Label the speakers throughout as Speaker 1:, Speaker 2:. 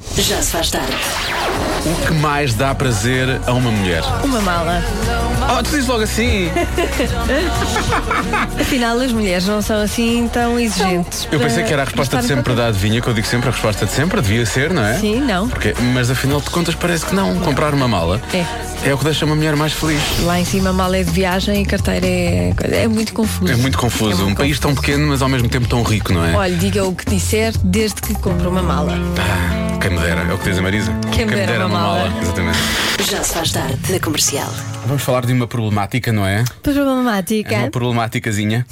Speaker 1: Já se faz tarde.
Speaker 2: O que mais dá prazer a uma mulher?
Speaker 3: Uma mala.
Speaker 2: Oh, tu dizes logo assim.
Speaker 3: Afinal, as mulheres não são assim tão exigentes.
Speaker 2: Eu pensei
Speaker 3: para-
Speaker 2: que era a resposta
Speaker 3: para
Speaker 2: de
Speaker 3: estar no
Speaker 2: sempre da adivinha, que eu digo sempre a resposta de sempre, devia ser, não é?
Speaker 3: Sim, não.
Speaker 2: Porque, mas afinal de contas parece que não. Comprar uma mala
Speaker 3: É.
Speaker 2: o que deixa uma mulher mais feliz.
Speaker 3: papel. Lá em cima, a mala é de viagem e a carteira é. coisa- É muito confuso.
Speaker 2: É muito confuso. um país tão pequeno, mas ao mesmo tempo tão rico, não é?
Speaker 3: Olha, diga o que disser desde que compre uma mala.
Speaker 2: Ah, quem me dera, é o que diz a Marisa.
Speaker 3: Quem me dera uma mala.
Speaker 2: Exatamente.
Speaker 1: Já se faz tarde na comercial.
Speaker 2: Vamos falar de uma problemática, não é?
Speaker 3: Problemática.
Speaker 2: É uma problemáticazinha.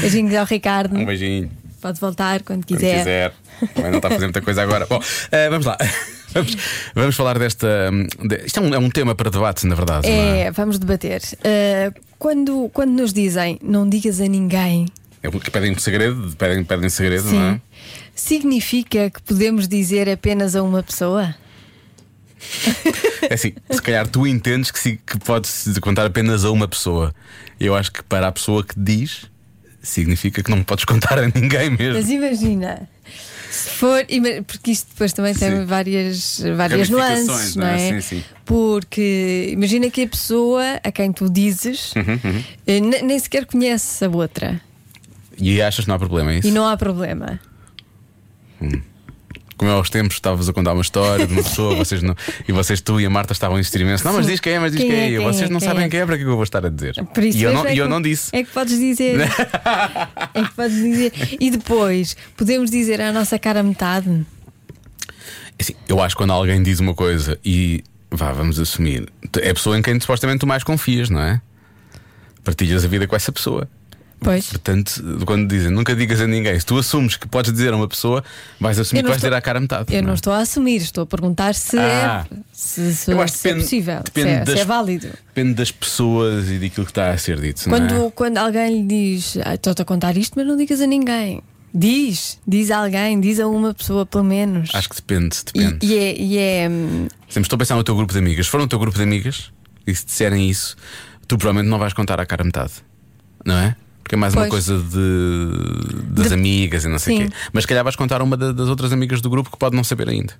Speaker 3: Beijinhos ao Ricardo.
Speaker 2: Um beijinho.
Speaker 3: Pode voltar quando
Speaker 2: Quando
Speaker 3: quiser.
Speaker 2: quiser. Também não está a fazer muita coisa agora. Bom, eh, vamos lá. Vamos, vamos falar desta. hum, de- isto é um, é um tema para debate, na verdade. não é?
Speaker 3: É, vamos debater. Ah, quando, quando nos dizem não digas a ninguém,
Speaker 2: É porque pedem um segredo, pedem, pedem segredo, não é?
Speaker 3: sim, significa que podemos dizer apenas a uma pessoa?
Speaker 2: É assim, se calhar tu entendes que, se, que podes contar apenas a uma pessoa. Eu acho que para a pessoa que diz, significa que não podes contar a ninguém mesmo.
Speaker 3: Mas imagina, se for, ima- porque isto depois também
Speaker 2: Sim.
Speaker 3: tem várias, várias
Speaker 2: Ramificações,
Speaker 3: nuances,
Speaker 2: não
Speaker 3: não
Speaker 2: é?
Speaker 3: é?
Speaker 2: Sim, sim.
Speaker 3: Porque imagina que a pessoa a quem tu dizes
Speaker 2: Uhum,
Speaker 3: eh, ne- nem sequer conhece a outra
Speaker 2: E achas que não há problema, é isso?
Speaker 3: e não há problema.
Speaker 2: Como é aos tempos, estavas a contar uma história de uma pessoa, vocês não, e vocês, tu e a Marta, estavam a insistir imenso. Não, mas diz quem é, mas diz quem,
Speaker 3: Quem
Speaker 2: é,
Speaker 3: é,
Speaker 2: E eu,
Speaker 3: quem é,
Speaker 2: Vocês não
Speaker 3: quem
Speaker 2: sabem
Speaker 3: é?"
Speaker 2: quem é, para que é que eu vou estar a dizer?
Speaker 3: Por isso
Speaker 2: e eu
Speaker 3: mesmo
Speaker 2: não,
Speaker 3: é
Speaker 2: e eu
Speaker 3: que-
Speaker 2: não disse.
Speaker 3: É que podes dizer. é que podes dizer. E depois, podemos dizer à nossa cara metade.
Speaker 2: Assim, eu acho que quando alguém diz uma coisa e vá, vamos assumir, é a pessoa em quem supostamente tu mais confias, não é? Partilhas a vida com essa pessoa.
Speaker 3: Pois.
Speaker 2: Portanto, quando dizem nunca digas a ninguém, se tu assumes que podes dizer a uma pessoa, vais assumir que
Speaker 3: Eu não
Speaker 2: vais
Speaker 3: estou-
Speaker 2: dizer à cara a metade.
Speaker 3: Eu não
Speaker 2: é?
Speaker 3: estou a assumir, estou a perguntar se
Speaker 2: Ah.
Speaker 3: é, se, se-
Speaker 2: Eu acho que
Speaker 3: se é
Speaker 2: depende-
Speaker 3: possível, se
Speaker 2: depende
Speaker 3: é, se
Speaker 2: das-
Speaker 3: é válido.
Speaker 2: Depende das pessoas e daquilo que está a ser dito. não é?
Speaker 3: Quando, quando alguém lhe diz, "Ah, estou-te a contar isto, mas não digas a ninguém. Diz, diz a alguém, diz a uma pessoa pelo menos.
Speaker 2: Acho que depende,
Speaker 3: E,
Speaker 2: depende.
Speaker 3: e é, e é, hum,
Speaker 2: Sempre estou a pensar no teu grupo de amigas. Se for no teu grupo de amigas e se disserem isso, tu provavelmente não vais contar à cara a metade, não é? Porque é mais uma
Speaker 3: Pois.
Speaker 2: coisa de, das amigas e não sei o
Speaker 3: Sim.
Speaker 2: quê. Mas se calhar vais contar a uma da- das outras amigas do grupo que pode não saber ainda.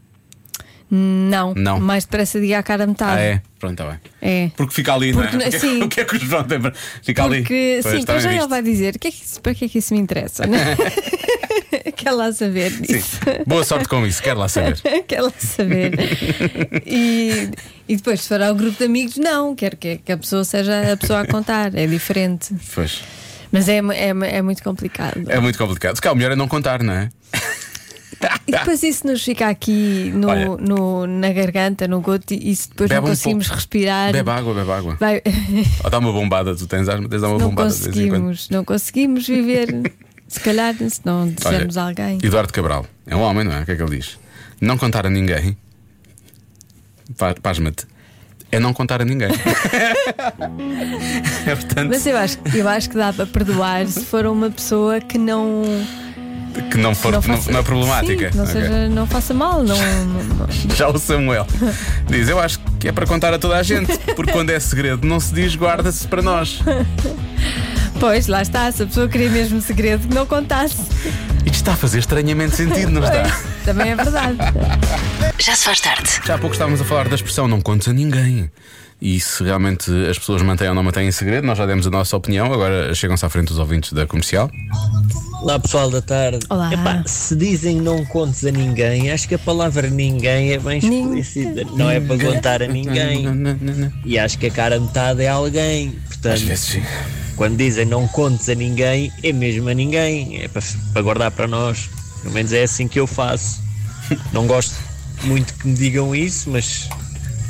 Speaker 3: hum, não,
Speaker 2: Não.
Speaker 3: mais depressa diga à cara a
Speaker 2: Ah,
Speaker 3: metade.
Speaker 2: é? Pronto, está bem.
Speaker 3: É.
Speaker 2: Porque fica ali,
Speaker 3: Porque
Speaker 2: não é?
Speaker 3: não-
Speaker 2: O que é-
Speaker 3: sim.
Speaker 2: O que é que os João tem para. Fica ali.
Speaker 3: Porque,
Speaker 2: Pois,
Speaker 3: sim,
Speaker 2: está
Speaker 3: para
Speaker 2: bem
Speaker 3: já
Speaker 2: visto.
Speaker 3: ele vai dizer: "Que é que isso- para que é que isso me interessa? não é?" Quer lá saber disso.
Speaker 2: Sim. Boa sorte com isso, quero lá saber.
Speaker 3: Quer lá saber. e, e depois, se for ao grupo de amigos, não. Quero que, que a pessoa seja a pessoa a contar. É diferente.
Speaker 2: Pois.
Speaker 3: Mas é, é, é muito complicado.
Speaker 2: É muito complicado. Se calhar o melhor é não contar, não é?
Speaker 3: E depois isso nos fica aqui no,
Speaker 2: Olha.
Speaker 3: no- na garganta, no goto, e isso depois
Speaker 2: Bebe
Speaker 3: não
Speaker 2: um
Speaker 3: conseguimos
Speaker 2: pouco.
Speaker 3: respirar.
Speaker 2: Bebe água, bebe água.
Speaker 3: Vai-
Speaker 2: Ou dá uma bombada, tu tens asma, tens de dar uma
Speaker 3: não
Speaker 2: bombada um de vez em quando.
Speaker 3: conseguimos, não conseguimos viver. Se calhar, se não
Speaker 2: Olha,
Speaker 3: dizemos a alguém.
Speaker 2: Eduardo Cabral. É um homem, não é? O que é que ele diz? Não contar a ninguém. Pa- Pasma-te. É não contar a ninguém. é portanto
Speaker 3: Mas eu acho, eu acho que dá para perdoar se for uma pessoa que não.
Speaker 2: que não for
Speaker 3: não,
Speaker 2: não,
Speaker 3: faça,
Speaker 2: não é problemática.
Speaker 3: Sim, que não,
Speaker 2: Ok.
Speaker 3: seja, não faça mal. Não, não- não-
Speaker 2: Já o Samuel diz: Eu acho que é para contar a toda a gente, porque quando é segredo não se diz, guarda-se para nós.
Speaker 3: Pois, lá está. Se a pessoa queria mesmo segredo, que não contasse.
Speaker 2: Isto está a fazer estranhamente sentido, não está?
Speaker 3: Também é verdade.
Speaker 1: Já se faz tarde.
Speaker 2: Já há pouco estávamos a falar da expressão não contes a ninguém. E se realmente as pessoas mantêm ou não mantêm em segredo, nós já demos a nossa opinião, agora chegam-se à frente os ouvintes da comercial.
Speaker 4: Olá pessoal da tarde.
Speaker 3: Olá.
Speaker 4: Epá, se dizem não contes a ninguém, acho que a palavra ninguém é bem
Speaker 3: Ninguém.
Speaker 4: explícita. Não é para contar a ninguém. E acho que a cara metade é alguém.
Speaker 2: Às
Speaker 4: Portanto,
Speaker 2: vezes sim.
Speaker 4: quando dizem não contes a ninguém, é mesmo a ninguém. É para, para guardar para nós. Pelo menos é assim que eu faço. Não gosto muito que me digam isso, mas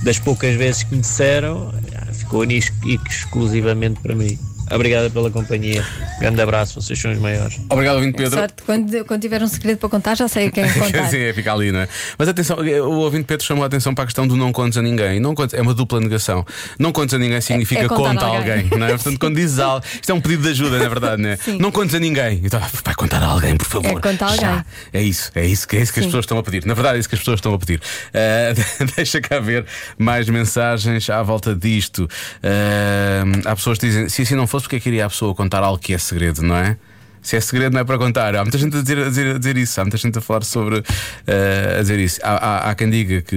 Speaker 4: das poucas vezes que me disseram, ah, ficou nisso e exclusivamente para mim. Obrigado pela companhia. Grande abraço, vocês são os maiores.
Speaker 2: Obrigado, ouvinte Pedro.
Speaker 3: Sorte, quando, quando tiver um segredo para contar, já sei a quem É contar.
Speaker 2: Sim, é, fica ali, não é? Mas atenção, o ouvinte Pedro chamou a atenção para a questão do não contes a ninguém. Não contes, é uma dupla negação. Não contes a ninguém significa
Speaker 3: é contar
Speaker 2: conta a alguém,
Speaker 3: alguém.
Speaker 2: não é? Portanto, quando dizes algo, isto é um pedido de ajuda, na verdade, não é?
Speaker 3: Sim.
Speaker 2: Não contes a ninguém. Então, ah, vai contar a alguém, por favor.
Speaker 3: É, conta a
Speaker 2: Já.
Speaker 3: alguém.
Speaker 2: É isso, é isso, que- é isso que as
Speaker 3: Sim.
Speaker 2: pessoas estão a pedir. Na verdade, é isso que as pessoas estão a pedir. Ah, deixa cá ver mais mensagens à volta disto. Ah, há pessoas que dizem: se assim não fosse, porque é que iria a pessoa contar algo que é segredo, não é? Se é segredo, não é para contar. Há muita gente a dizer, a dizer, a dizer isso, há muita gente a falar sobre. eh, a dizer isso. Há, há- há quem diga que.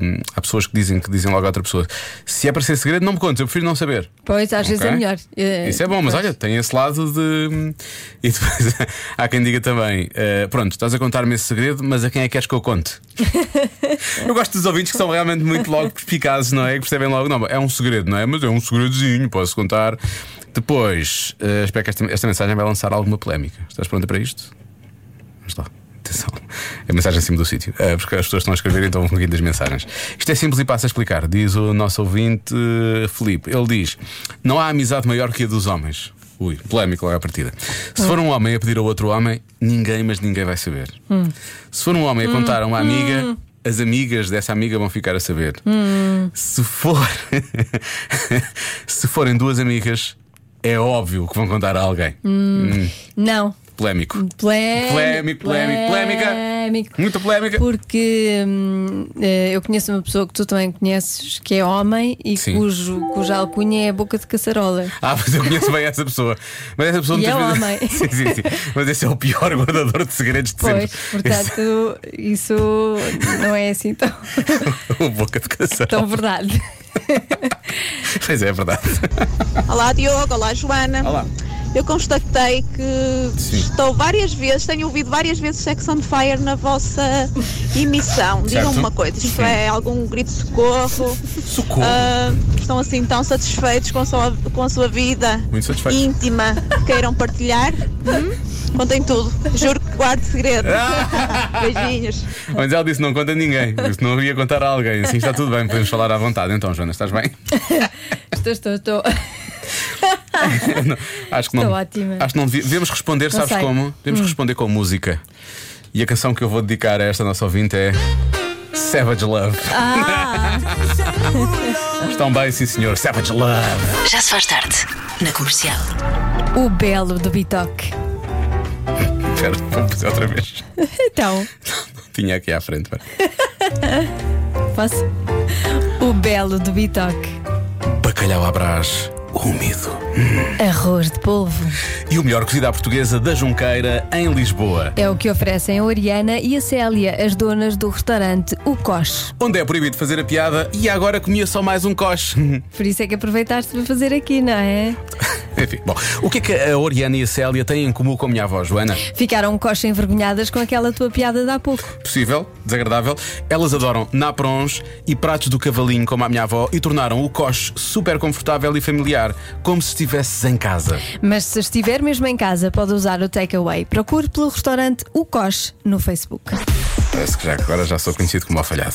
Speaker 2: hum, Há pessoas que dizem, que dizem logo a outra pessoa: se é para ser segredo, não me contes, eu prefiro não saber.
Speaker 3: Pois, às vezes é
Speaker 2: Ok?
Speaker 3: melhor. Eh,
Speaker 2: Isso é bom, mas
Speaker 3: pois.
Speaker 2: olha, tem esse lado de. hum, E depois há quem diga também: eh, pronto, estás a contar-me esse segredo, mas a quem é que queres que eu conte? eu gosto dos ouvintes que são realmente muito logo perspicazes, não é? Que percebem logo, não, é um segredo, não é? Mas é um segredozinho, posso contar. Depois, eh, espero que esta, esta mensagem vai lançar alguma polémica. Estás pronta para isto? Vamos lá. Atenção. É a mensagem acima do sítio. Ah, porque as pessoas estão a escrever então e estão rindo das mensagens. Isto é simples e passa a explicar. Diz o nosso ouvinte eh, Felipe. Ele diz: Não há amizade maior que a dos homens. Ui, polémico logo à partida. Se for um homem a pedir a outro homem, ninguém, mas ninguém vai saber. Se for um homem a contar a uma amiga, as amigas dessa amiga vão ficar a saber. Se for. Se forem duas amigas, é óbvio que vão contar a alguém.
Speaker 3: Não.
Speaker 2: Polémico.
Speaker 3: Plé-
Speaker 2: Polémico, polémico, polémica.
Speaker 3: polémico.
Speaker 2: Muita polémica.
Speaker 3: Porque hum, eh, eu conheço uma pessoa que tu também conheces, que é homem e
Speaker 2: Sim.
Speaker 3: cujo, cuja alcunha é boca de caçarola.
Speaker 2: Ah, mas eu conheço bem essa pessoa. Mas essa pessoa muitas
Speaker 3: E é
Speaker 2: vezes- sim, sim, sim. Mas esse é o pior guardador de segredos de
Speaker 3: Pois,
Speaker 2: sempre.
Speaker 3: portanto, isso não é assim tão,
Speaker 2: Esse- é o boca de caçar.
Speaker 3: tão verdade.
Speaker 2: Pois é, é verdade.
Speaker 5: Olá Diogo, olá Joana.
Speaker 2: Olá.
Speaker 5: Eu constatei que
Speaker 2: Sim.
Speaker 5: estou várias vezes, tenho ouvido várias vezes Sex on Fire na vossa emissão.
Speaker 2: Certo.
Speaker 5: Digam-me uma coisa, isto é algum grito de socorro?
Speaker 2: Socorro.
Speaker 5: Ah, estão assim tão satisfeitos com a sua, com a sua vida
Speaker 2: Muito satisfeito.
Speaker 5: íntima? Queiram partilhar? Hum? Contem tudo. Juro que guardo segredo. Beijinhos.
Speaker 2: Mas ela disse: não conta a ninguém. Isso não ia contar a alguém. Assim está tudo bem, podemos falar à vontade. Então, Joana, estás bem?
Speaker 3: Estou, estou, estou.
Speaker 2: Não, acho que não.
Speaker 3: Estou ótima.
Speaker 2: Acho que não devia- devemos responder, sabes
Speaker 3: sei. Hum.
Speaker 2: como? Devemos responder com música. E a canção que eu vou dedicar a esta nossa ouvinte é Savage Love.
Speaker 3: Ah.
Speaker 2: Estão bem, sim senhor. Savage Love.
Speaker 1: Já se faz tarde. Na comercial.
Speaker 3: O belo do Bitoque.
Speaker 2: Espera, vou fazer outra vez.
Speaker 3: Então,
Speaker 2: Tinha aqui à frente. pera.
Speaker 3: posso? O belo do Bitoque.
Speaker 2: Bacalhau à brás, úmido.
Speaker 3: Arroz de polvo.
Speaker 2: E o melhor cozida à portuguesa da Junqueira, em Lisboa.
Speaker 3: É o que oferecem a Oriana e a Célia, as donas do restaurante O Coche.
Speaker 2: Onde é proibido fazer a piada e agora comia só mais um coche.
Speaker 3: Por isso é que aproveitaste para fazer aqui, não é?
Speaker 2: Enfim, bom. O que é que a Oriana e a Célia têm em comum com a minha avó Joana?
Speaker 3: Ficaram coxa envergonhadas com aquela tua piada de há pouco.
Speaker 2: Possível, desagradável. Elas adoram naprons e pratos do cavalinho, como a minha avó, e tornaram o coche super confortável e familiar, como se estivesses em casa.
Speaker 3: Mas se estiver mesmo em casa, pode usar o takeaway. Procure pelo restaurante O Coche no Facebook.
Speaker 2: Parece que já agora já sou conhecido como afalhado.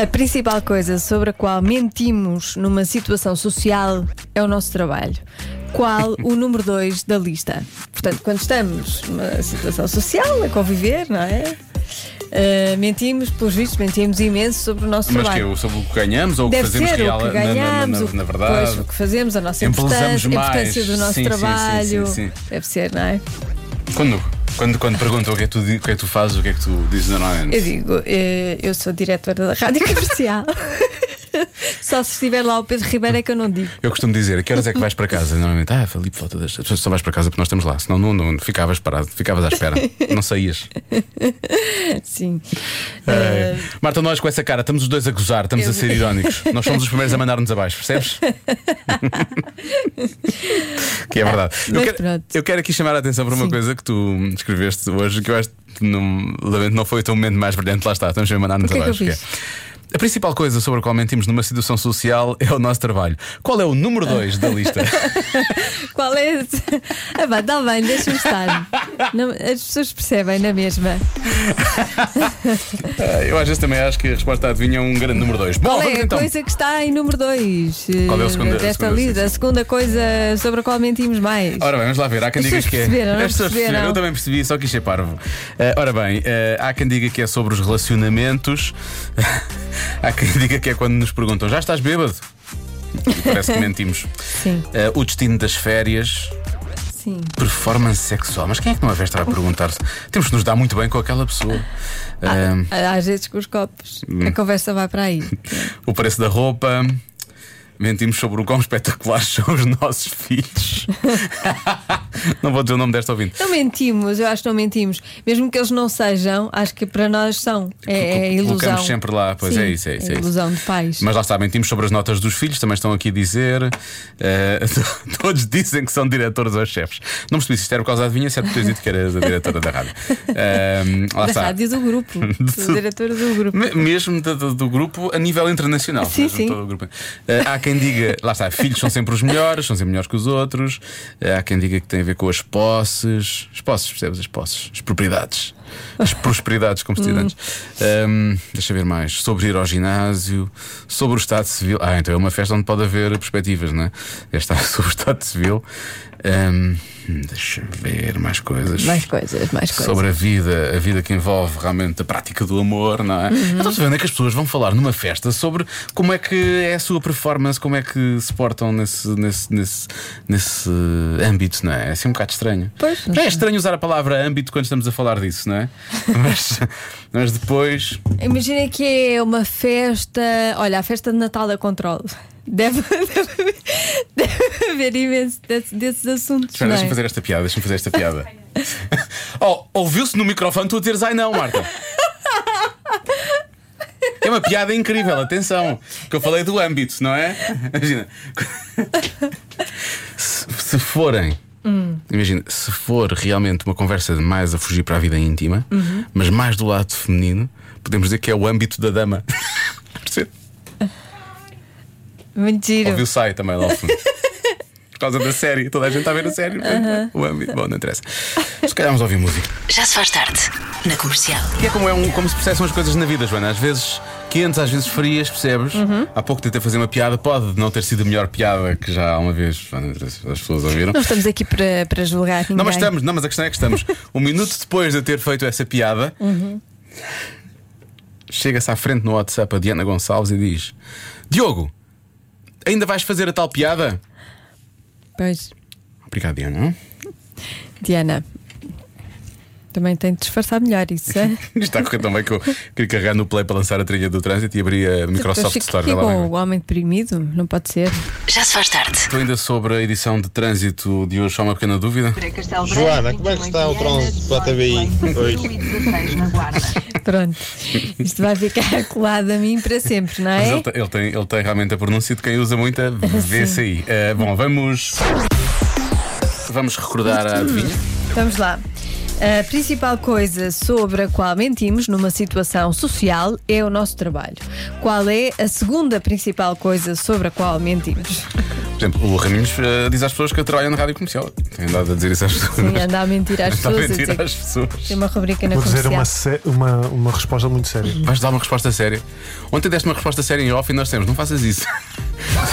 Speaker 3: A principal coisa sobre a qual mentimos numa situação social é o nosso trabalho. Qual o número 2 da lista? Portanto, quando estamos numa situação social, a conviver, não é? Ah, mentimos, pelos vistos, mentimos imenso sobre o nosso
Speaker 2: Mas que
Speaker 3: trabalho.
Speaker 2: é o- sobre o que ganhamos ou o que
Speaker 3: Deve
Speaker 2: fazemos
Speaker 3: ser
Speaker 2: real
Speaker 3: o que
Speaker 2: na- na- na,
Speaker 3: ganhamos,
Speaker 2: na-
Speaker 3: o que-
Speaker 2: na verdade.
Speaker 3: pois, o que fazemos, a nossa
Speaker 2: Embelezamos
Speaker 3: importância, a importância
Speaker 2: mais.
Speaker 3: do nosso
Speaker 2: Sim, sim, sim,
Speaker 3: trabalho.
Speaker 2: sim, sim.
Speaker 3: Deve ser, não é?
Speaker 2: Quando, quando, quando perguntam o que, é que tu, di- o que é que tu fazes, o que é que tu dizes normalmente?
Speaker 3: Eu digo, eh, eu sou diretora da Rádio Comercial. Só se estiver lá o Pedro Ribeiro é que eu não digo.
Speaker 2: Eu costumo dizer, a que horas é que vais para casa? Normalmente, ah, Felipe, falta das. As pessoas só vais para casa porque nós estamos lá, senão não, não, ficavas parado, ficavas à espera, não saías.
Speaker 3: Sim.
Speaker 2: Ai. É. Marta, nós com essa cara, estamos os dois a gozar, estamos a ser irónicos. Nós somos os primeiros a mandar-nos abaixo, percebes? que é verdade. Eu
Speaker 3: Mas
Speaker 2: quero,
Speaker 3: pronto.
Speaker 2: eu quero aqui chamar a atenção para uma
Speaker 3: Sim.
Speaker 2: coisa que tu escreveste hoje, que eu acho que não, lamento, não foi o teu momento mais brilhante, lá está, estamos a mandar-nos
Speaker 3: O que é que eu
Speaker 2: abaixo. é, a principal coisa sobre a qual mentimos numa situação social é o nosso trabalho. Qual é o número 2 da lista?
Speaker 3: Qual é. esse? Ah, vá, está bem, deixa-me estar. Não, as pessoas percebem é na mesma.
Speaker 2: Ah, eu às vezes também acho que a resposta à adivinha é um grande número 2. Bom,
Speaker 3: Qual
Speaker 2: vamos
Speaker 3: é a
Speaker 2: então.
Speaker 3: coisa que está em número 2
Speaker 2: Qual é a segunda- a
Speaker 3: desta
Speaker 2: segunda, sim,
Speaker 3: lista? A
Speaker 2: sim.
Speaker 3: segunda coisa sobre a qual mentimos mais.
Speaker 2: Ora bem, vamos lá ver. Há quem
Speaker 3: As
Speaker 2: diga
Speaker 3: pessoas
Speaker 2: que é.
Speaker 3: perceberam, não
Speaker 2: As pessoas
Speaker 3: perceberam?
Speaker 2: perceberam, eu também percebi, só quis ser parvo. Eh, ora bem, eh, há quem diga que é sobre os relacionamentos, há quem diga que é quando nos perguntam: já estás bêbado? E parece que mentimos.
Speaker 3: Sim.
Speaker 2: Eh, o destino das férias,
Speaker 3: Sim.
Speaker 2: performance sexual. Mas quem é que não a vez estava a perguntar? se Temos que nos dar muito bem com aquela pessoa.
Speaker 3: Ah.
Speaker 2: Eh, Hum.
Speaker 3: Às vezes com os copos. A conversa vai para aí.
Speaker 2: o preço da roupa. Mentimos sobre o quão espetaculares são os nossos filhos. não vou dizer o nome desta ouvinte.
Speaker 3: Não mentimos, eu acho que não mentimos. Mesmo que eles não sejam, acho que para nós são. É, é
Speaker 2: Col-
Speaker 3: ilusão.
Speaker 2: colocamos sempre lá, pois
Speaker 3: Sim,
Speaker 2: é isso, é isso. é isso.
Speaker 3: ilusão de pais.
Speaker 2: Mas lá está, mentimos sobre as notas dos filhos, também estão aqui a dizer. eh, todos dizem que são diretores ou chefes. Não percebi se isto era por causa da adivinha, se é por teres dito que eras a diretora da rádio. Ehm, lá
Speaker 3: da
Speaker 2: está.
Speaker 3: rádio do grupo, do diretor do grupo.
Speaker 2: Me- Mesmo da- do, do grupo a nível internacional.
Speaker 3: Sim,
Speaker 2: mesmo
Speaker 3: sim.
Speaker 2: todo o grupo. Eh, há quem diga, lá está, filhos são sempre os melhores, são sempre melhores que os outros. Eh, há quem diga que tem a ver com as posses. As posses, percebes? As posses, as propriedades, as prosperidades como estudantes.
Speaker 3: Hum.
Speaker 2: Ahm, deixa eu ver mais. Sobre ir ao ginásio, sobre o Estado Civil. Ah, então é uma festa onde pode haver perspectivas, não é? Esta sobre o Estado Civil. Ahm, deixa eu ver mais coisas
Speaker 3: Mais coisas, mais coisas.
Speaker 2: sobre a vida, a vida que envolve realmente a prática do amor, não é?
Speaker 3: Uhum.
Speaker 2: Então Estás a ver onde é que as pessoas vão falar numa festa sobre como é que é a sua performance, como é que se portam nesse, nesse, nesse, nesse âmbito, não é? É assim um bocado estranho.
Speaker 3: Pois.
Speaker 2: Já é estranho usar a palavra âmbito quando estamos a falar disso, não é? mas, mas depois.
Speaker 3: Imagina que é uma festa. Olha, a festa de Natal da Controle. Deve, deve, deve haver imenso desse- desses assuntos.
Speaker 2: Espera,
Speaker 3: não
Speaker 2: deixa-me
Speaker 3: é?
Speaker 2: fazer esta piada, deixa-me fazer esta piada. oh, ouviu-se no microfone tu a dizeres ai não, Marta. É uma piada incrível, atenção. Que eu falei do âmbito, não é? Imagina. Se, se forem.
Speaker 3: Hum.
Speaker 2: Imagina, se for realmente uma conversa de mais a fugir para a vida íntima,
Speaker 3: Uhum.
Speaker 2: mas mais do lado feminino, podemos dizer que é o âmbito da dama. Percebe?
Speaker 3: Muito giro.
Speaker 2: Ouviu sai também lá ao fundo. Por causa da série, toda a gente está a ver a série. O âmbito, bom, não interessa. Se calhar vamos ouvir música.
Speaker 1: Já se faz tarde na comercial.
Speaker 2: Que é como, é um, como se processam as coisas na vida, Joana. Às vezes quentes, às vezes frias, percebes?
Speaker 3: Uhum.
Speaker 2: Há pouco tentei fazer uma piada, pode não ter sido a melhor piada que já há uma vez Joana, as pessoas ouviram.
Speaker 3: Não estamos aqui para, para julgar ninguém.
Speaker 2: Não, mas estamos, não, mas a questão é que estamos. Um minuto depois de eu ter feito essa piada,
Speaker 3: Uhum.
Speaker 2: chega-se à frente no WhatsApp a Diana Gonçalves e diz: Diogo, ainda vais fazer a tal piada?
Speaker 3: Pois,
Speaker 2: Obrigado, Diana.
Speaker 3: Diana. Também tem de disfarçar melhor isso, é?
Speaker 2: Isto está a correr tão bem que eu queria carregar no play para lançar a trilha do trânsito e abrir a Microsoft
Speaker 3: Depois Então, fica
Speaker 2: Store.
Speaker 3: aqui
Speaker 2: Vê lá bem.
Speaker 3: com o homem deprimido, não pode ser.
Speaker 1: Já se faz tarde.
Speaker 2: Estou ainda sobre a edição de trânsito de hoje, só uma pequena dúvida.
Speaker 6: Joana, como é que está o trânsito para a TVI hoje?
Speaker 3: Pronto, isto vai ficar colado a mim para sempre, não
Speaker 2: Mas ele,
Speaker 3: é?
Speaker 2: te- ele tem, ele tem realmente a pronúncia de quem usa muito é a VCI. Eh, bom, vamos. Vamos recordar a adivinha.
Speaker 3: Vamos lá. A principal coisa sobre a qual mentimos numa situação social é o nosso trabalho. Qual é a segunda principal coisa sobre a qual mentimos?
Speaker 2: Por exemplo, o Raminhos eh, diz às pessoas que trabalham na rádio comercial. Tem andado a dizer isso às pessoas.
Speaker 3: Sim, é. anda a mentir às
Speaker 2: Está a
Speaker 3: pessoas. a
Speaker 2: mentir
Speaker 3: dizer
Speaker 2: às
Speaker 3: que
Speaker 2: pessoas.
Speaker 3: Tem uma rubrica na
Speaker 7: Vou dizer
Speaker 3: comercial.
Speaker 7: uma, sé- uma, uma resposta muito séria.
Speaker 2: Vais dar uma resposta séria. Ontem deste uma resposta séria em off e nós temos, não faças isso.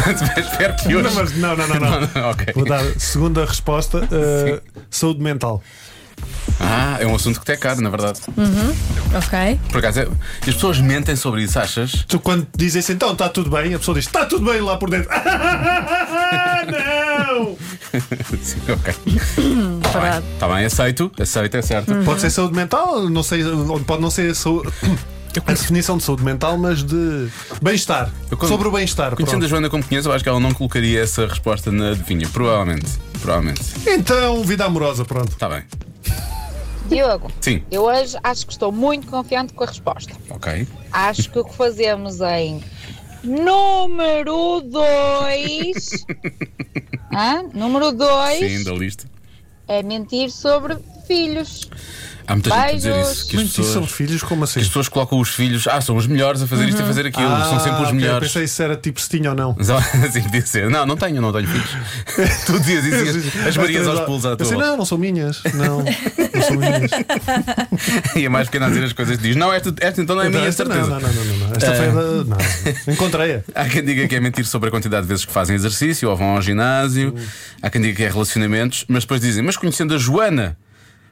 Speaker 2: Portanto, espero que hoje.
Speaker 7: Não, mas não, não, não, não.
Speaker 2: ok.
Speaker 7: Vou dar segunda resposta: uh, saúde mental.
Speaker 2: Ah, é um assunto que te é caro, na verdade.
Speaker 3: Ok.
Speaker 2: Por acaso, é- e as pessoas mentem sobre isso, achas?
Speaker 7: Tu, quando dizem assim, então está tudo bem, a pessoa diz, está tudo bem lá por dentro. Ah, não!
Speaker 2: Sim, ok. Está
Speaker 3: Verdade.
Speaker 2: bem, tá bem, aceito, aceito, é certo.
Speaker 7: Pode ser saúde mental, não sei, pode não ser a, saúde- a definição de saúde mental, mas de bem-estar.
Speaker 2: Eu quando-
Speaker 7: Sobre o bem-estar.
Speaker 2: Conhecendo a
Speaker 7: pronto.
Speaker 2: Joana como conheço, eu acho que ela não colocaria essa resposta na adivinha. Provavelmente. Provavelmente.
Speaker 7: Então, vida amorosa, pronto.
Speaker 2: Está bem.
Speaker 8: Diogo,
Speaker 2: Sim.
Speaker 8: eu hoje acho que estou muito confiante com a resposta.
Speaker 2: Ok.
Speaker 8: Acho que o que fazemos em número 2 número 2
Speaker 2: Sim, da lista.
Speaker 8: é mentir sobre filhos.
Speaker 2: Há muita gente a dizer
Speaker 8: Beijos.
Speaker 2: isso. Que as,
Speaker 7: Mas isso são
Speaker 2: pessoas,
Speaker 7: filhos, como assim?
Speaker 2: que as pessoas colocam os filhos. Ah, são os melhores a fazer isto e a fazer aquilo. são sempre os
Speaker 7: Ah, ok, Eu
Speaker 2: melhores.
Speaker 7: pensei se era tipo se tinha ou não.
Speaker 2: Mas ela- assim podia ser. Não, não tenho, não tenho filhos. tu dizias, dizias as Marias aos pulos à
Speaker 7: Eu sei,
Speaker 2: toa.
Speaker 7: não, não são minhas. Não, não são minhas.
Speaker 2: E a mais pequena a dizer as coisas diz: Não, esta, esta então não é minha,
Speaker 7: esta
Speaker 2: certeza. É.
Speaker 7: Não, não, não, não, não. Esta foi a da. Não. Encontrei-a.
Speaker 2: Há quem diga que é mentir sobre a quantidade de vezes que fazem exercício ou vão ao ginásio. Há quem diga que é relacionamentos, mas depois dizem, mas conhecendo a Joana,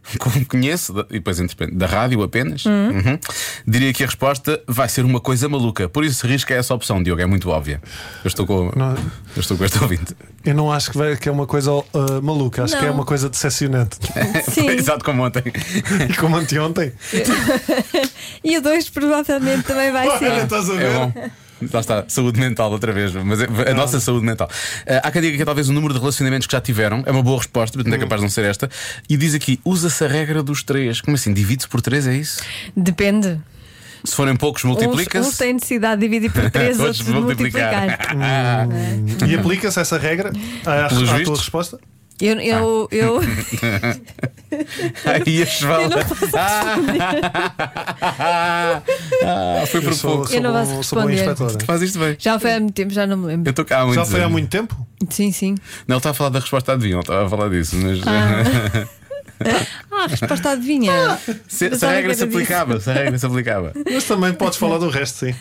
Speaker 2: como conheço, da- e depois entretanto, da rádio apenas, uhum, diria que a resposta vai ser uma coisa maluca. Por isso risca essa opção, Diogo, é muito óbvia. Eu estou com,
Speaker 7: Não.
Speaker 2: eu estou com este ouvinte.
Speaker 7: Eu não acho que, vai- que é uma coisa ah, maluca, acho
Speaker 3: Não.
Speaker 7: que é uma coisa decepcionante.
Speaker 3: Sim.
Speaker 2: Exato como ontem.
Speaker 7: E como anteontem.
Speaker 3: E a dois provavelmente também vai
Speaker 7: Olha,
Speaker 3: ser.
Speaker 7: estás a
Speaker 2: É
Speaker 7: ver?
Speaker 2: bom. Lá está, saúde mental outra vez, mas é- a nossa saúde mental. Ah, há quem diga que é talvez o número de relacionamentos que já tiveram, é uma boa resposta, mas não é
Speaker 7: Hum.
Speaker 2: capaz de não ser esta. E diz aqui: usa-se a regra dos três. Como assim? Divide-se por três, é isso?
Speaker 3: Depende.
Speaker 2: Se forem poucos,
Speaker 3: Uns,
Speaker 2: multiplica-se. Ah,
Speaker 3: uns têm necessidade de dividir por três, outros de multiplicar.
Speaker 7: E aplica-se essa regra à, à
Speaker 2: Pelos
Speaker 7: tua
Speaker 2: vistos.
Speaker 7: resposta?
Speaker 3: Eu, eu, eu,
Speaker 2: Ah. Aí é a chevala.
Speaker 3: Eu não posso
Speaker 2: Ah, foi por pouco.
Speaker 3: eu não
Speaker 7: bom-
Speaker 3: posso
Speaker 7: sou bom
Speaker 3: responder.
Speaker 7: inspetor.
Speaker 2: Faz isto bem.
Speaker 3: já foi há muito tempo, já não me
Speaker 2: Eu
Speaker 3: lembro.
Speaker 2: estou cá há
Speaker 7: Já
Speaker 2: muitos
Speaker 7: foi há
Speaker 2: anos.
Speaker 7: muito tempo?
Speaker 3: Sim, sim.
Speaker 2: Não, ele está a falar da resposta à adivinha, ele estava a falar disso, mas.
Speaker 3: Ah, a resposta adivinha.
Speaker 2: se, se a
Speaker 3: Pensava que
Speaker 2: regra
Speaker 3: era
Speaker 2: se
Speaker 3: disso.
Speaker 2: aplicava, se a regra se aplicava.
Speaker 7: Mas também podes falar do resto, sim.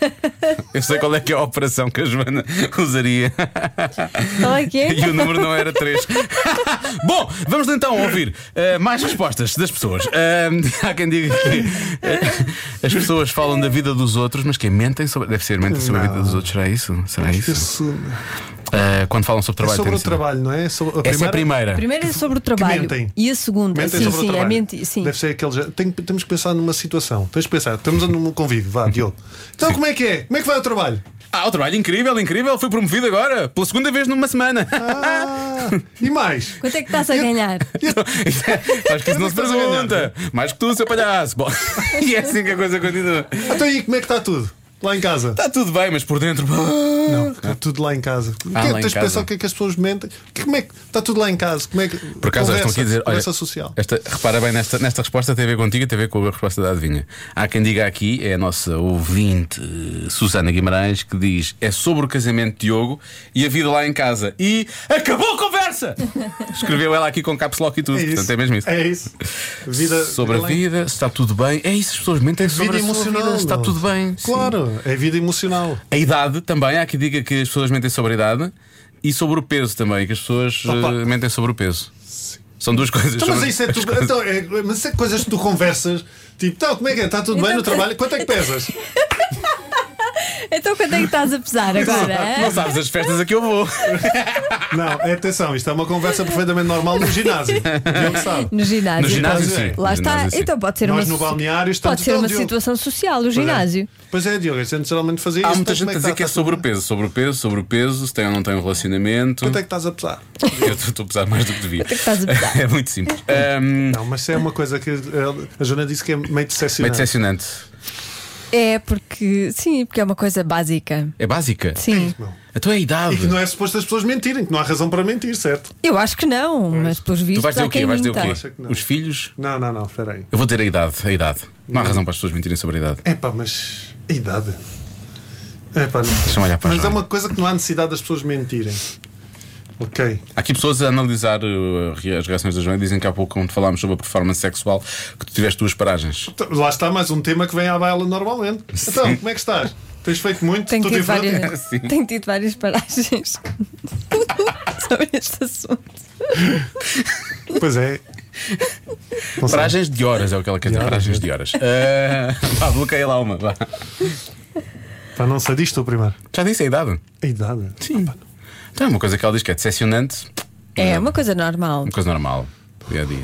Speaker 2: Eu sei qual é que é a operação que a Joana usaria.
Speaker 3: Qual é que é?
Speaker 2: E o número não era 3. Bom, vamos então ouvir eh, mais respostas das pessoas. Eh, há quem diga que eh, as pessoas falam da vida dos outros, mas que mentem sobre. Deve ser mentem sobre a vida dos outros, será isso? Será isso?
Speaker 7: Isso
Speaker 2: Eh, quando falam sobre
Speaker 7: é
Speaker 2: trabalho,
Speaker 7: sobre
Speaker 2: tem
Speaker 7: o
Speaker 2: sido.
Speaker 7: trabalho, não é? É sobre a
Speaker 2: Essa é a primeira.
Speaker 3: Primeiro é sobre o trabalho.
Speaker 7: mentem.
Speaker 3: E a segunda,
Speaker 7: Mentem
Speaker 3: sim,
Speaker 7: sobre
Speaker 3: sim,
Speaker 7: o
Speaker 3: é
Speaker 7: trabalho.
Speaker 3: mentir. Sim.
Speaker 7: Deve ser aquele. género- Tem, temos que pensar numa situação. Tens que pensar. Estamos num convívio. Vá, Diogo. Então, como é que é? Como é que vai o trabalho?
Speaker 2: Ah, o trabalho incrível, incrível. Foi promovido agora, pela segunda vez numa semana.
Speaker 7: Ah, e mais?
Speaker 3: Quanto é que estás a ganhar?
Speaker 2: Então, é, Acho que isso não
Speaker 7: é
Speaker 2: se pergunta. Mais que tu, seu palhaço. Bom, e é assim que a coisa continua.
Speaker 7: Então, e como é que está tudo? Lá em casa?
Speaker 2: Está tudo bem, mas por dentro.
Speaker 7: Não, está tudo lá em casa. O que
Speaker 2: Ah,
Speaker 7: é que
Speaker 2: lá em
Speaker 7: tens de
Speaker 2: casa.
Speaker 7: pensar o que é que as pessoas mentem? Que- Como é que está tudo lá em casa? Como é que.
Speaker 2: Por acaso, eles
Speaker 7: conversa,
Speaker 2: estão aqui a dizer. é
Speaker 7: Conversa social. É
Speaker 2: Esta, repara bem nesta, nesta resposta, tem a ver contigo, tem a ver com a resposta da adivinha. Há quem diga aqui, é a nossa ouvinte eh, Susana Guimarães, que diz: é sobre o casamento de Diogo e a vida lá em casa. E acabou a conversa! Escreveu ela aqui com caps lock e tudo. Portanto, é mesmo isso.
Speaker 7: É isso. Vida,
Speaker 2: sobre a
Speaker 7: lá em-
Speaker 2: vida, se está tudo bem. É isso, as pessoas mentem sobre
Speaker 7: Vida
Speaker 2: a sua
Speaker 7: emocional.
Speaker 2: vida, se está
Speaker 7: não?
Speaker 2: tudo bem. Sim.
Speaker 7: Claro, é vida emocional.
Speaker 2: A idade também, há que diga que as pessoas mentem sobre a idade e sobre o peso também, que as pessoas
Speaker 7: Opa.
Speaker 2: eh, mentem sobre o peso. São duas um- coisas.
Speaker 7: Então, mas
Speaker 2: são-
Speaker 7: isso é, tu, então, é, mas isso é coisas que tu conversas. Tipo, então, como é que é? Está tudo bem no trabalho? Quanto é que pesas?
Speaker 3: Então quanto é que estás a pesar agora?
Speaker 2: Não
Speaker 3: hã?
Speaker 2: sabes as festas a que eu vou.
Speaker 7: Não, é, atenção, isto é uma conversa perfeitamente normal no ginásio. Diogo sabe.
Speaker 3: No ginásio.
Speaker 2: No ginásio, sim.
Speaker 3: Lá
Speaker 2: No
Speaker 3: está.
Speaker 2: ginásio, sim.
Speaker 3: Então pode ser
Speaker 7: Nós
Speaker 3: uma,
Speaker 7: no balneário estamos
Speaker 3: pode ser uma
Speaker 7: todo, Diogo.
Speaker 3: situação social, o ginásio.
Speaker 7: Pois é, Diogo, a gente geralmente fazia
Speaker 2: Há
Speaker 7: isso.
Speaker 2: muita
Speaker 7: Então,
Speaker 2: gente
Speaker 7: como
Speaker 2: a dizer
Speaker 7: está?
Speaker 2: que é
Speaker 7: Está
Speaker 2: sobre o
Speaker 7: tudo-
Speaker 2: peso, sobre o peso, sobre o peso, se tem ou não tem um relacionamento.
Speaker 7: Quanto é que estás a pesar?
Speaker 2: Eu estou a pesar mais do que devia.
Speaker 3: que estás a pesar?
Speaker 2: É muito simples. Ahm,
Speaker 7: Não, mas isso é uma coisa que eh, a Joana disse que é meio
Speaker 2: é
Speaker 7: decepcionante.
Speaker 2: decepcionante.
Speaker 3: É porque, sim, porque é uma coisa básica.
Speaker 2: É básica.
Speaker 3: Sim.
Speaker 2: A tua é a
Speaker 7: E
Speaker 2: idade.
Speaker 7: que não é suposto as pessoas mentirem, que não há razão para mentir, certo?
Speaker 3: Eu acho que não, mas pelos
Speaker 2: Tu
Speaker 3: vistos
Speaker 2: vais dizer
Speaker 3: há
Speaker 2: o quê?
Speaker 3: quem
Speaker 2: Vais dizer o
Speaker 3: minta.
Speaker 2: quê?
Speaker 7: que não.
Speaker 2: Os filhos?
Speaker 7: Não, não, não, espera aí.
Speaker 2: Eu vou ter a idade, a idade. Não há razão para as pessoas mentirem sobre a idade.
Speaker 7: Epá, mas a idade. Epá, não.
Speaker 2: Deixa-me olhar para a
Speaker 7: mas é
Speaker 2: Joana.
Speaker 7: uma coisa que não há necessidade das pessoas mentirem. Ok.
Speaker 2: Há aqui pessoas a analisar uh, as reações da Joana dizem que há pouco, quando falámos sobre a performance sexual, que tu tiveste duas paragens.
Speaker 7: Então, Lá está mais um tema que vem à baila normalmente. Então, como é que estás? Tens feito muito?
Speaker 3: Tenho
Speaker 7: Tudo
Speaker 3: tido,
Speaker 7: diferente?
Speaker 3: várias,
Speaker 2: Sim.
Speaker 3: tenho tido várias paragens sobre este assunto.
Speaker 7: Pois é. Não sei.
Speaker 2: Paragens de horas é o que ela quer dizer.
Speaker 7: horas,
Speaker 2: Paragens de horas. Ah, Vá, bloqueia lá uma. vá.
Speaker 7: Pá, não sei, diz tu primeiro.
Speaker 2: Já disse a idade.
Speaker 7: A idade.
Speaker 2: Sim. Então é uma coisa que ela diz que é decepcionante,
Speaker 3: É uma coisa normal.
Speaker 2: uma coisa normal, dia a dia.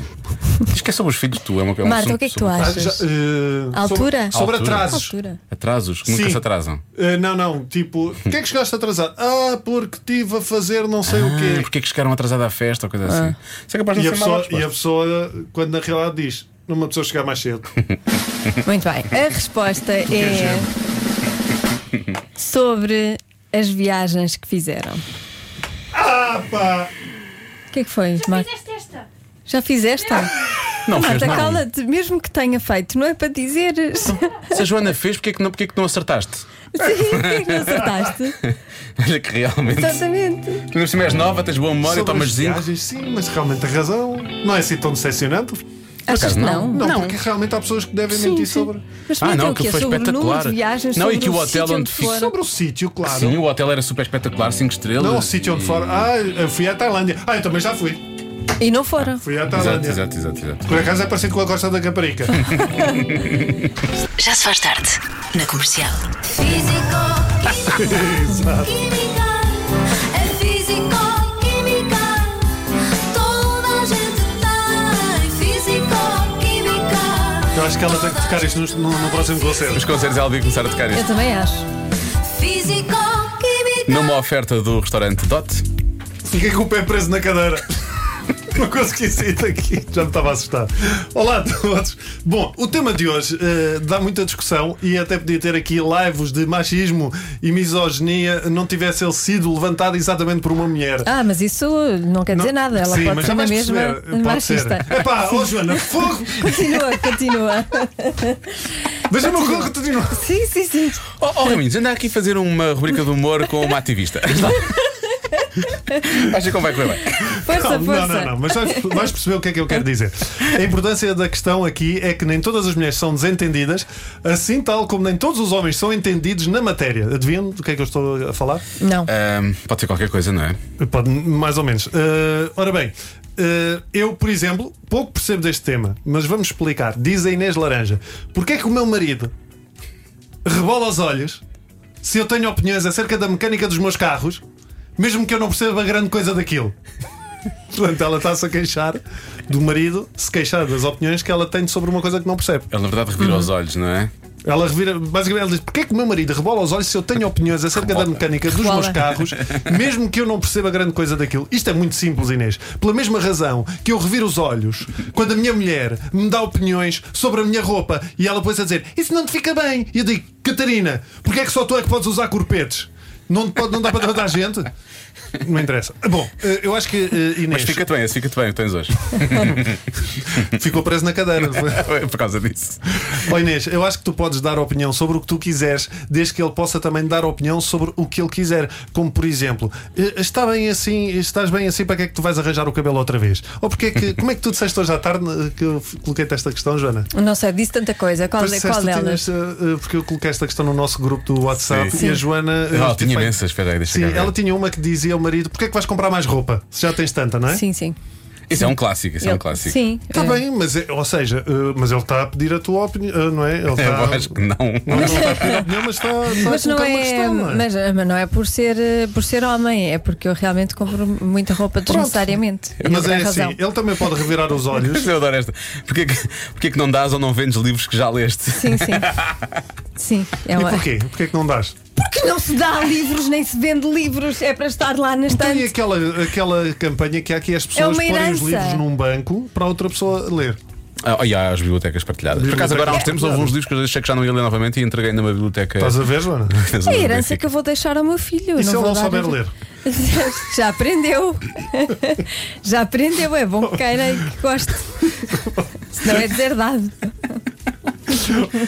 Speaker 2: Diz que é sobre os filhos, tu é uma coisa.
Speaker 3: Marta, o que é que tu
Speaker 7: Ah,
Speaker 3: achas?
Speaker 7: já, eh,
Speaker 3: Altura?
Speaker 7: Sobre, sobre
Speaker 2: Altura.
Speaker 7: atrasos.
Speaker 3: Altura.
Speaker 2: Atrasos, que nunca
Speaker 7: Sim.
Speaker 2: se atrasam.
Speaker 7: Eh, não, não, tipo, o que é que chegaste atrasado? Ah, porque estive a fazer não sei o
Speaker 2: Ah,
Speaker 7: quê.
Speaker 2: porque é que chegaram atrasados à festa ou coisa
Speaker 3: Ah.
Speaker 2: assim? Isso é capaz de
Speaker 7: E a,
Speaker 2: não ser mal.
Speaker 7: pessoa, e a pessoa, quando na realidade diz, numa pessoa chegar mais cedo.
Speaker 3: Muito bem. A resposta é sobre as viagens que fizeram.
Speaker 7: ah, pá!
Speaker 3: O que é que foi, Marta?
Speaker 9: Fizeste esta?
Speaker 3: Já fizeste?
Speaker 2: Não fez
Speaker 3: Marta,
Speaker 2: nada.
Speaker 3: cala-te, mesmo que tenha feito, não é para dizeres.
Speaker 2: Se a Joana fez, porque é que não, porque é que não acertaste?
Speaker 3: Sim, o que é que não acertaste?
Speaker 2: Olha que realmente.
Speaker 3: Exatamente.
Speaker 2: Tu se és nova, tens boa memória,
Speaker 7: Sobre
Speaker 2: tomas
Speaker 7: as
Speaker 2: zinco.
Speaker 7: viagens, sim, mas realmente tem razão. Não é assim tão decepcionante.
Speaker 3: Achas que não?
Speaker 7: Não, porque realmente há pessoas que devem mentir sobre.
Speaker 3: Mas
Speaker 2: Ah,
Speaker 3: metem
Speaker 2: não,
Speaker 3: o quê?
Speaker 2: aquilo foi
Speaker 3: Sobre o número
Speaker 2: espetacular.
Speaker 3: de viagens,
Speaker 2: Não, e que
Speaker 3: sobre
Speaker 2: o hotel
Speaker 3: sítio
Speaker 2: onde
Speaker 3: onde
Speaker 2: fiz-
Speaker 3: foram?
Speaker 7: Sobre o sítio, claro.
Speaker 2: Sim, o hotel era super espetacular, 5 estrelas.
Speaker 7: Não, o sítio onde
Speaker 2: e-
Speaker 7: fora. Ah, eu fui à Tailândia. Ah, eu também já fui.
Speaker 3: E não foram.
Speaker 7: Fui à
Speaker 2: Exato,
Speaker 7: Tailândia.
Speaker 2: exato, exato, exato.
Speaker 7: Por acaso é parecido com a Costa da Caparica.
Speaker 1: Já se faz tarde. Na comercial.
Speaker 9: Físico, química, química, é físico, química. Toda a gente tem físico, química.
Speaker 7: Eu acho que ela tem que tocar isto no, no- no próximo concerto.
Speaker 2: é. Os concertos ela devia começar a tocar isto.
Speaker 3: Eu também acho.
Speaker 9: Físico,
Speaker 2: numa oferta do restaurante Dot.
Speaker 7: Fiquei com o pé preso na cadeira. Não consegui sair daqui, já me estava assustado. Olá a todos. Bom, o tema de hoje eh, dá muita discussão e até podia ter aqui lives de machismo e misoginia, não tivesse ele sido levantado exatamente por uma mulher.
Speaker 3: Ah, mas isso não quer dizer
Speaker 7: Não-
Speaker 3: nada. Ela
Speaker 7: Sim,
Speaker 3: pode
Speaker 7: mas
Speaker 3: ser
Speaker 7: já
Speaker 3: na
Speaker 7: vais
Speaker 3: mesma
Speaker 7: perceber, pode
Speaker 3: machista.
Speaker 7: ser. Epá, ó Joana, fogo!
Speaker 3: Continua, continua.
Speaker 7: Deixa-me correr, continua.
Speaker 3: Sim, sim, sim.
Speaker 2: Oh, oh Raminhos, anda aqui a fazer uma rubrica de humor com uma ativista. Acha que vai correr bem.
Speaker 3: Força,
Speaker 7: Não,
Speaker 3: força.
Speaker 7: Não, não, não, mas vais, vais perceber o que é que eu quero dizer. A importância da questão aqui é que nem todas as mulheres são desentendidas, assim tal como nem todos os homens são entendidos na matéria. Adivinham do que é que eu estou a falar?
Speaker 3: Não.
Speaker 2: Ahm, pode ser qualquer coisa, não é?
Speaker 7: Pode, mais ou menos. Eh, ora bem, eh, eu, por exemplo, pouco percebo deste tema, mas vamos explicar. Diz a Inês Laranja: porquê é que o meu marido rebola os olhos se eu tenho opiniões acerca da mecânica dos meus carros, mesmo que eu não perceba grande coisa daquilo? Portanto, ela está-se a queixar do marido, se queixar das opiniões que ela tem sobre uma coisa que não percebe.
Speaker 2: Ele na verdade revira os olhos, não é?
Speaker 7: Ela revira, basicamente, ela diz: Porquê é que o meu marido rebola os olhos se eu tenho opiniões acerca da mecânica dos
Speaker 3: Rebola.
Speaker 7: meus carros, mesmo que eu não perceba grande coisa daquilo? Isto é muito simples, Inês. Pela mesma razão que eu reviro os olhos quando a minha mulher me dá opiniões sobre a minha roupa e ela põe-se a dizer: Isso não te fica bem. E eu digo: Catarina, porquê é que só tu é que podes usar corpetes? Não, te pode, não dá para toda a gente? Não interessa. Bom, eh, eu acho que eh, Inês
Speaker 2: Mas fica-te bem, esse fica-te bem, o que tens hoje.
Speaker 7: ficou preso na cadeira.
Speaker 2: Por causa disso.
Speaker 7: Ó Inês, eu acho que tu podes dar opinião sobre o que tu quiseres, desde que ele possa também dar opinião sobre o que ele quiser. Como por exemplo, eh, está bem assim, estás bem assim, para que é que tu vais arranjar o cabelo outra vez? Ou porque é que, como é que tu disseste hoje à tarde eh, que eu f- coloquei-te esta questão, Joana?
Speaker 3: Não sei, disse tanta coisa. Qual, é,
Speaker 7: Pois
Speaker 3: qual
Speaker 7: disseste, tu
Speaker 3: delas?
Speaker 7: tinhas, eh, eh, porque eu coloquei esta questão no nosso grupo do WhatsApp
Speaker 2: Sim.
Speaker 7: e a Joana. eh,
Speaker 2: Ela tinha
Speaker 7: feito-
Speaker 2: imensas, espera aí, deixa
Speaker 7: Sim,
Speaker 2: cá ver.
Speaker 7: ela tinha uma que dizia ao marido: Porquê é que vais comprar mais roupa? Se já tens tanta, não é?
Speaker 3: Sim, sim.
Speaker 2: Isso é um clássico, isso é um
Speaker 3: Ele-
Speaker 2: clássico.
Speaker 3: Sim.
Speaker 7: Está
Speaker 3: eh,
Speaker 7: bem, mas, é- ou seja, eh, mas ele está a pedir a tua opinião, eh, não é? Ele
Speaker 2: Eu
Speaker 7: está,
Speaker 2: acho que não.
Speaker 7: Não, não está a pedir opinião, mas está, está
Speaker 3: Mas
Speaker 7: a
Speaker 3: não,
Speaker 7: colocar uma
Speaker 3: é,
Speaker 7: questão. não é?
Speaker 3: mas, mas não é por ser, eh, por ser homem, é porque eu realmente compro muita roupa desnecessariamente.
Speaker 7: Mas
Speaker 3: Tem
Speaker 7: é assim,
Speaker 3: razão.
Speaker 7: ele também pode revirar os olhos.
Speaker 2: Eu adoro esta. Porquê que, porquê que não dás ou não vendes livros que já leste?
Speaker 3: Sim, sim. Sim, é
Speaker 7: E
Speaker 3: uma...
Speaker 7: porquê? Porquê que não dás?
Speaker 3: Porque não se dá livros, nem se vende livros, é para estar lá na
Speaker 7: Tem
Speaker 3: estante.
Speaker 7: aquela, aquela campanha que há aqui as pessoas
Speaker 3: é uma
Speaker 7: porem os
Speaker 3: herança.
Speaker 7: livros num banco para outra pessoa ler.
Speaker 2: Ah, oh, e há as bibliotecas partilhadas. Por acaso, agora há uns tempos houve uns livros que eu achei que já não ia ler novamente e entreguei numa biblioteca.
Speaker 7: Estás a ver, Joana?
Speaker 3: É a herança que eu vou deixar ao meu filho.
Speaker 7: E se
Speaker 3: não vou
Speaker 7: ele não
Speaker 3: dar
Speaker 7: souber ler?
Speaker 3: Já aprendeu. Já aprendeu, é bom que queira e que goste. Senão é deserdado.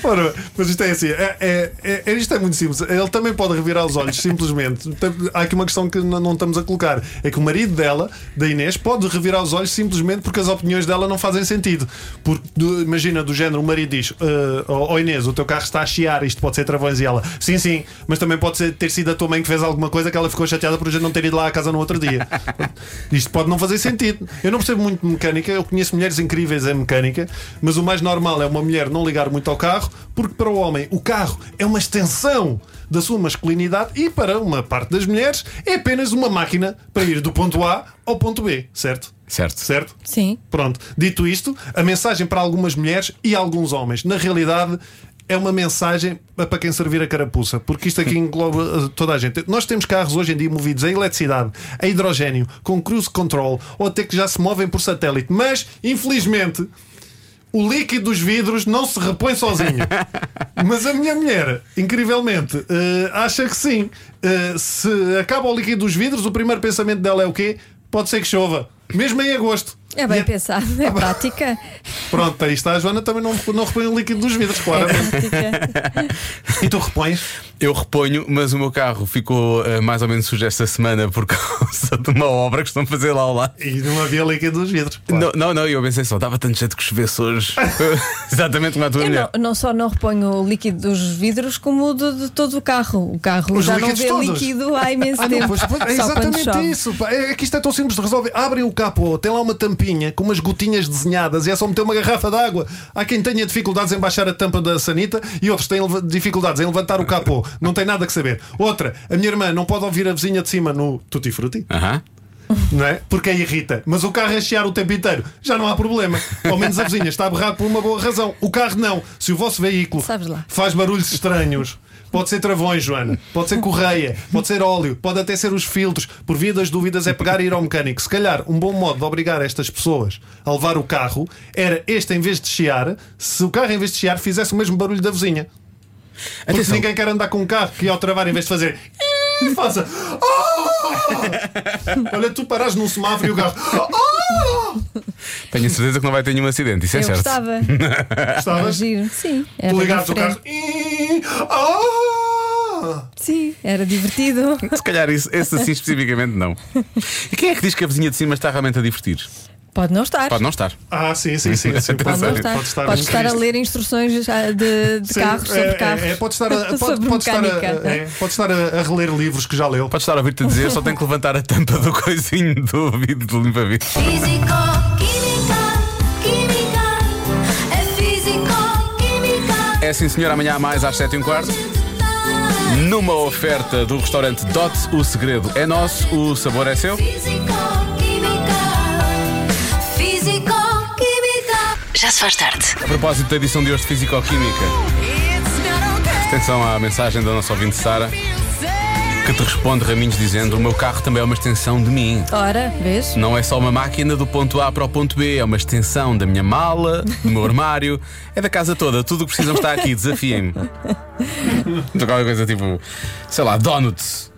Speaker 7: Ora, mas isto é assim, é, é, é- isto é muito simples. Ele também pode revirar os olhos, simplesmente. Tem- Há aqui uma questão que n- não estamos a colocar: é que o marido dela, da Inês, pode revirar os olhos simplesmente porque as opiniões dela não fazem sentido. Porque, do- imagina, do género, o marido diz: "Ah, Ó ó Inês, o teu carro está a chiar, isto pode ser travões. E ela: Sim, sim, mas também pode ser- ter sido a tua mãe que fez alguma coisa que ela ficou chateada por a gente não ter ido lá à casa no outro dia. Isto pode não fazer sentido. Eu não percebo muito de mecânica, eu conheço mulheres incríveis em mecânica, mas o mais normal é uma mulher não ligar muito ao carro, porque para o homem o carro é uma extensão da sua masculinidade e para uma parte das mulheres é apenas uma máquina para ir do ponto A ao ponto B, certo?
Speaker 2: Certo.
Speaker 7: Certo?
Speaker 3: Sim.
Speaker 7: Pronto, dito isto, a mensagem para algumas mulheres e alguns homens, na realidade, é uma mensagem para quem servir a carapuça, porque isto aqui engloba uh, toda a gente. Nós temos carros hoje em dia movidos a eletricidade, a hidrogênio, com cruise control, ou até que já se movem por satélite, mas, infelizmente. O líquido dos vidros não se repõe sozinho. Mas a minha mulher, incrivelmente, eh, acha que sim. Eh, se acaba o líquido dos vidros, o primeiro pensamento dela é o quê? Pode ser que chova. Mesmo em agosto.
Speaker 3: É bem
Speaker 7: E-
Speaker 3: pensado, é prática.
Speaker 7: Pronto, aí está. A Joana também não, não repõe o líquido dos vidros,
Speaker 3: É
Speaker 7: claro.
Speaker 3: prática.
Speaker 7: E tu repões?
Speaker 2: Eu reponho, mas o meu carro ficou eh, mais ou menos sujo esta semana por causa de uma obra que estão a fazer lá ao lado.
Speaker 7: E não havia líquido dos vidros. claro.
Speaker 2: Não, não, não, eu pensei só, dava tanto jeito que chovesse hoje. Exatamente como a tua
Speaker 3: Eu
Speaker 2: mulher.
Speaker 3: não, não só não reponho o líquido dos vidros, como o do- de, todo o carro. O carro
Speaker 7: Os
Speaker 3: já não
Speaker 7: líquidos
Speaker 3: vê
Speaker 7: todos.
Speaker 3: líquido há imenso
Speaker 7: Ah, não,
Speaker 3: tempo.
Speaker 7: pois, pois, é
Speaker 3: só quando
Speaker 7: exatamente
Speaker 3: chove.
Speaker 7: isso. pá. É que isto é tão simples de resolver. Abrem o capô, tem lá uma tampinha com umas gotinhas desenhadas e é só meter uma garrafa de água. Há quem tenha dificuldades em baixar a tampa da sanita e outros têm leva- dificuldades em levantar o capô. Não tem nada que saber. Outra, a minha irmã não pode ouvir a vizinha de cima no Tutti Frutti.
Speaker 2: Aham.
Speaker 7: não é? Porque a irrita. Mas o carro a chiar o tempo inteiro, já não há problema. Ao menos a vizinha está a berrar por uma boa razão. O carro não. Se o vosso veículo
Speaker 3: Sabes lá.
Speaker 7: faz barulhos estranhos. Pode ser travões, Joana. Pode ser correia. Pode ser óleo. Pode até ser os filtros. Por via das dúvidas, é pegar e ir ao mecânico. Se calhar, um bom modo de obrigar estas pessoas a levar o carro era este, em vez de chiar, se o carro, em vez de chiar, fizesse o mesmo barulho da vizinha. Porque
Speaker 2: Atenção.
Speaker 7: ninguém quer andar com um carro que ao travar, em vez de fazer. faça. "Oh!" Olha, tu paras num semáforo e o carro. "Oh!"
Speaker 2: Tenho a certeza que não vai ter nenhum acidente, isso é
Speaker 3: Eu
Speaker 2: certo.
Speaker 3: gostava. Era
Speaker 7: Estavas?
Speaker 3: giro. Sim. Era
Speaker 7: Tu ligares o
Speaker 3: diferente.
Speaker 7: carro. "Ih, oh!"
Speaker 3: Sim, era divertido.
Speaker 2: Se calhar isso, esse assim especificamente não. E quem é que diz que a vizinha de cima está realmente a divertir?
Speaker 3: Pode não estar.
Speaker 2: Pode não estar.
Speaker 7: Ah, sim, sim, sim. sim.
Speaker 2: Pode
Speaker 3: Pode não
Speaker 2: Sério,
Speaker 3: estar.
Speaker 7: Pode estar,
Speaker 3: Podes estar a
Speaker 7: triste.
Speaker 3: ler instruções já de, de
Speaker 7: Sim,
Speaker 3: carros sobre
Speaker 7: é,
Speaker 3: carros.
Speaker 7: é, é, pode estar, a, pode,
Speaker 3: sobre
Speaker 7: pode estar a,
Speaker 3: mecânica.
Speaker 7: é, pode estar a- a reler livros que já leu.
Speaker 2: Pode estar a ouvir-te dizer, só tem que levantar a tampa do coisinho do ouvido do limpa-vidro.
Speaker 9: Físico, química, química, é físico, química.
Speaker 2: É sim, senhor, amanhã há mais às 7 e um quarto. Numa oferta do restaurante Dot, o segredo é nosso, o sabor é seu.
Speaker 9: Físico, química, físico, química.
Speaker 1: Já se faz tarde.
Speaker 2: A propósito da edição de hoje de Físico-Química, atenção à mensagem da nossa ouvinte Sara, que te responde, Raminhos, dizendo: O meu carro também é uma extensão de mim.
Speaker 3: Ora, vês?
Speaker 2: Não é só uma máquina do ponto A para o ponto B, é uma extensão da minha mala, do meu armário, é da casa toda. Tudo o que precisam está aqui, desafiem-me. Então, Qualquer coisa tipo, sei lá, donuts.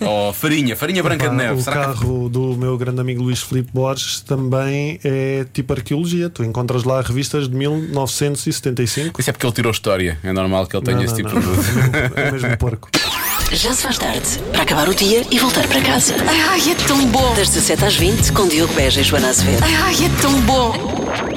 Speaker 2: Ou farinha, farinha branca de
Speaker 7: Pá,
Speaker 2: neve.
Speaker 7: O
Speaker 2: Será que- é
Speaker 7: carro do meu grande amigo Luís Filipe Borges também é tipo arqueologia. Tu encontras lá revistas de 1975.
Speaker 2: Isso é porque ele tirou história. É normal que ele tenha
Speaker 7: Não,
Speaker 2: esse
Speaker 7: não,
Speaker 2: tipo
Speaker 7: não.
Speaker 2: de.
Speaker 7: É o mesmo porco.
Speaker 1: Já se faz tarde. Para acabar o dia e voltar para casa. Ai, é tão bom. Das 17 às 20, com Diogo Beja e Joana Azevedo. Ai, é tão bom.